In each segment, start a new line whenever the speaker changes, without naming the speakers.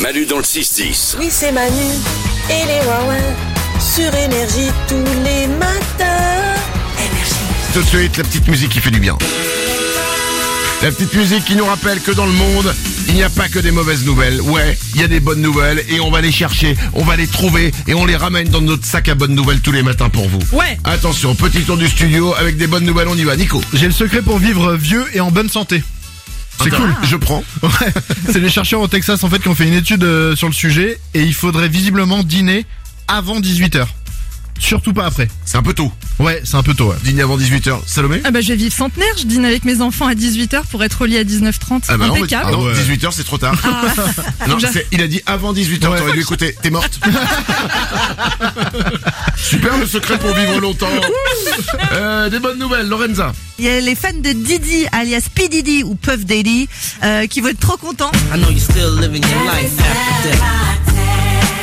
Manu dans le 6-10.
Oui, c'est Manu et les Wawa sur Énergie tous les matins. Énergie.
Tout de suite, la petite musique qui fait du bien. La petite musique qui nous rappelle que dans le monde, il n'y a pas que des mauvaises nouvelles. Ouais, il y a des bonnes nouvelles et on va les chercher, on va les trouver et on les ramène dans notre sac à bonnes nouvelles tous les matins pour vous.
Ouais.
Attention, petit tour du studio avec des bonnes nouvelles, on y va. Nico,
J'ai le secret pour vivre vieux et en bonne santé. C'est
attends,
cool.
Je prends.
Ouais. C'est les chercheurs au Texas en fait qui ont fait une étude euh, sur le sujet et il faudrait visiblement dîner avant 18h. Surtout pas après.
C'est un peu tôt.
Ouais, c'est un peu tôt. ouais.
Dîner avant 18h. Salomé
Ah bah je vais vivre centenaire, je dîne avec mes enfants à 18h pour être au lit à 19h30.
Ah bah non,
Impeccable.
non,
Ouais.
18h c'est trop tard.
Ah.
non,
Déjà.
c'est- il a dit avant 18h,
Ouais.
t'aurais dû écouter, t'es morte. Super le secret pour vivre longtemps. Euh, des bonnes nouvelles, Lorenza.
Il y a les fans de Didi, alias P. Didi ou Puff Daddy, euh, qui vont être trop contents.
I know you're still living your life after death.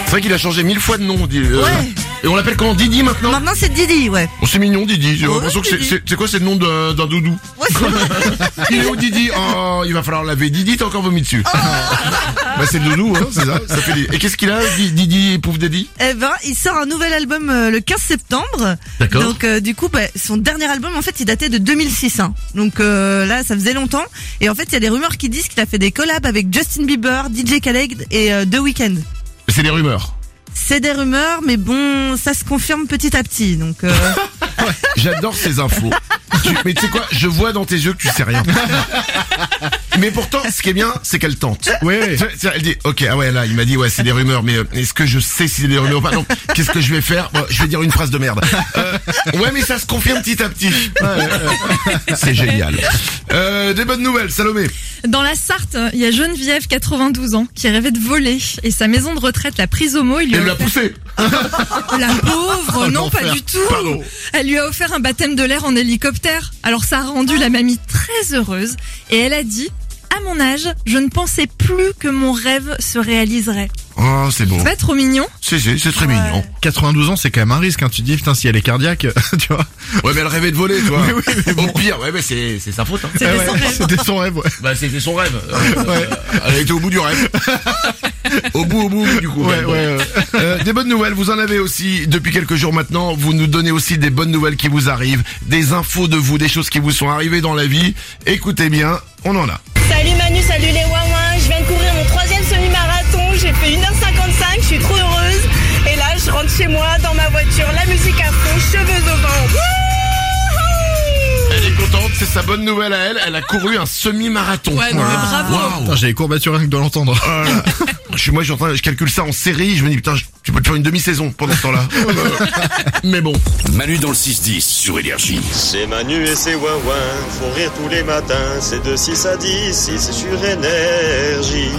C'est vrai qu'il a changé mille fois de nom. dit- euh,
Ouais.
Et on l'appelle comment Didi maintenant
Maintenant, c'est Didi, ouais.
Oh, C'est mignon Didi, j'ai
Ouais,
l'impression que c'est-
Didi.
c'est c'est quoi c'est le nom d'un d'un doudou
Ouais, c'est vrai.
Il est où Didi Oh il va falloir laver Didi, t'as encore vomi
Oh.
dessus. bah c'est le doudou, hein, c'est ça, ça fait Didi. Et qu'est-ce qu'il a Di- Didi et Pouf Didi
Eh ben, il sort un nouvel album euh, le 15 septembre.
D'accord.
Donc, euh, du coup, bah, son dernier album, en fait, il datait de 2006. hein. Donc euh, là, ça faisait longtemps. Et en fait, il y a des rumeurs qui disent qu'il a fait des collabs avec Justin Bieber, DJ Khaled et euh, The Weeknd.
C'est des rumeurs.
C'est des rumeurs, mais bon, ça se confirme petit à petit. Donc, euh,
J'adore ces infos. Tu- mais tu sais quoi, je vois dans tes yeux que tu sais rien. Mais pourtant, ce qui est bien, c'est qu'elle tente.
Oui, oui.
Tu- tu- Elle dit, ok, ah ouais, là, il m'a dit, ouais, c'est des rumeurs, mais euh, est-ce que je sais si c'est des rumeurs ou pas Non, qu'est-ce que je vais faire Bon, Je vais dire une phrase de merde. Euh, ouais, mais ça se confirme petit à petit. Ouais, ouais, ouais. C'est génial. Euh, des bonnes nouvelles, Salomé.
Dans la Sarthe, il y a Geneviève, 92 ans, qui rêvait de voler et sa maison de retraite, la prise au mot, il lui a
Elle l'a
offert-
poussé.
la pauvre,
Oh,
non pas
l'enfer.
du tout.
Pardon.
Elle lui a offert un baptême de l'air en hélicoptère. Alors ça a rendu la mamie très heureuse et elle a dit à mon âge, je ne pensais plus que mon rêve se réaliserait.
Oh, c'est bon.
C'est pas trop mignon
C'est, c'est, c'est très mignon.
92 ans, c'est quand même un risque. Hein. Tu te dis putain si elle est cardiaque, tu vois.
Ouais, mais elle rêvait de voler, toi. Au pire, ouais, mais c'est, c'est sa faute. hein.
C'était
Ouais,
son
ouais,
rêve.
C'était son rêve. ouais.
Bah c'était son rêve. Euh, euh, elle a été au bout du rêve. au bout, au bout, au bout, du coup.
Ouais, ouais, ouais.
Euh, des bonnes nouvelles, vous en avez aussi depuis quelques jours maintenant. Vous nous donnez aussi des bonnes nouvelles qui vous arrivent, des infos de vous, des choses qui vous sont arrivées dans la vie. Écoutez bien, on en a.
Salut Manu, salut les Wawins. Je viens de courir mon troisième semi-marathon. J'ai fait 1h55, je suis trop heureuse. Et là, je rentre chez moi dans ma voiture, la musique à fond, cheveux au vent. Wouhou
Elle est contente, c'est sa bonne nouvelle à elle. Elle a couru un semi-marathon.
Ouais, non, mais bravo.
Waouh.
Putain, J'ai les courbatures rien que de l'entendre.
Voilà. je suis moi, je suis en train- je calcule ça en série. Je me dis putain, je- tu peux te faire une demi-saison pendant ce temps-là. mais bon.
Manu dans le 6-10 sur Énergie.
C'est Manu et ses Wawa, font rire tous les matins, c'est de 6 à 10, 6 sur énergie.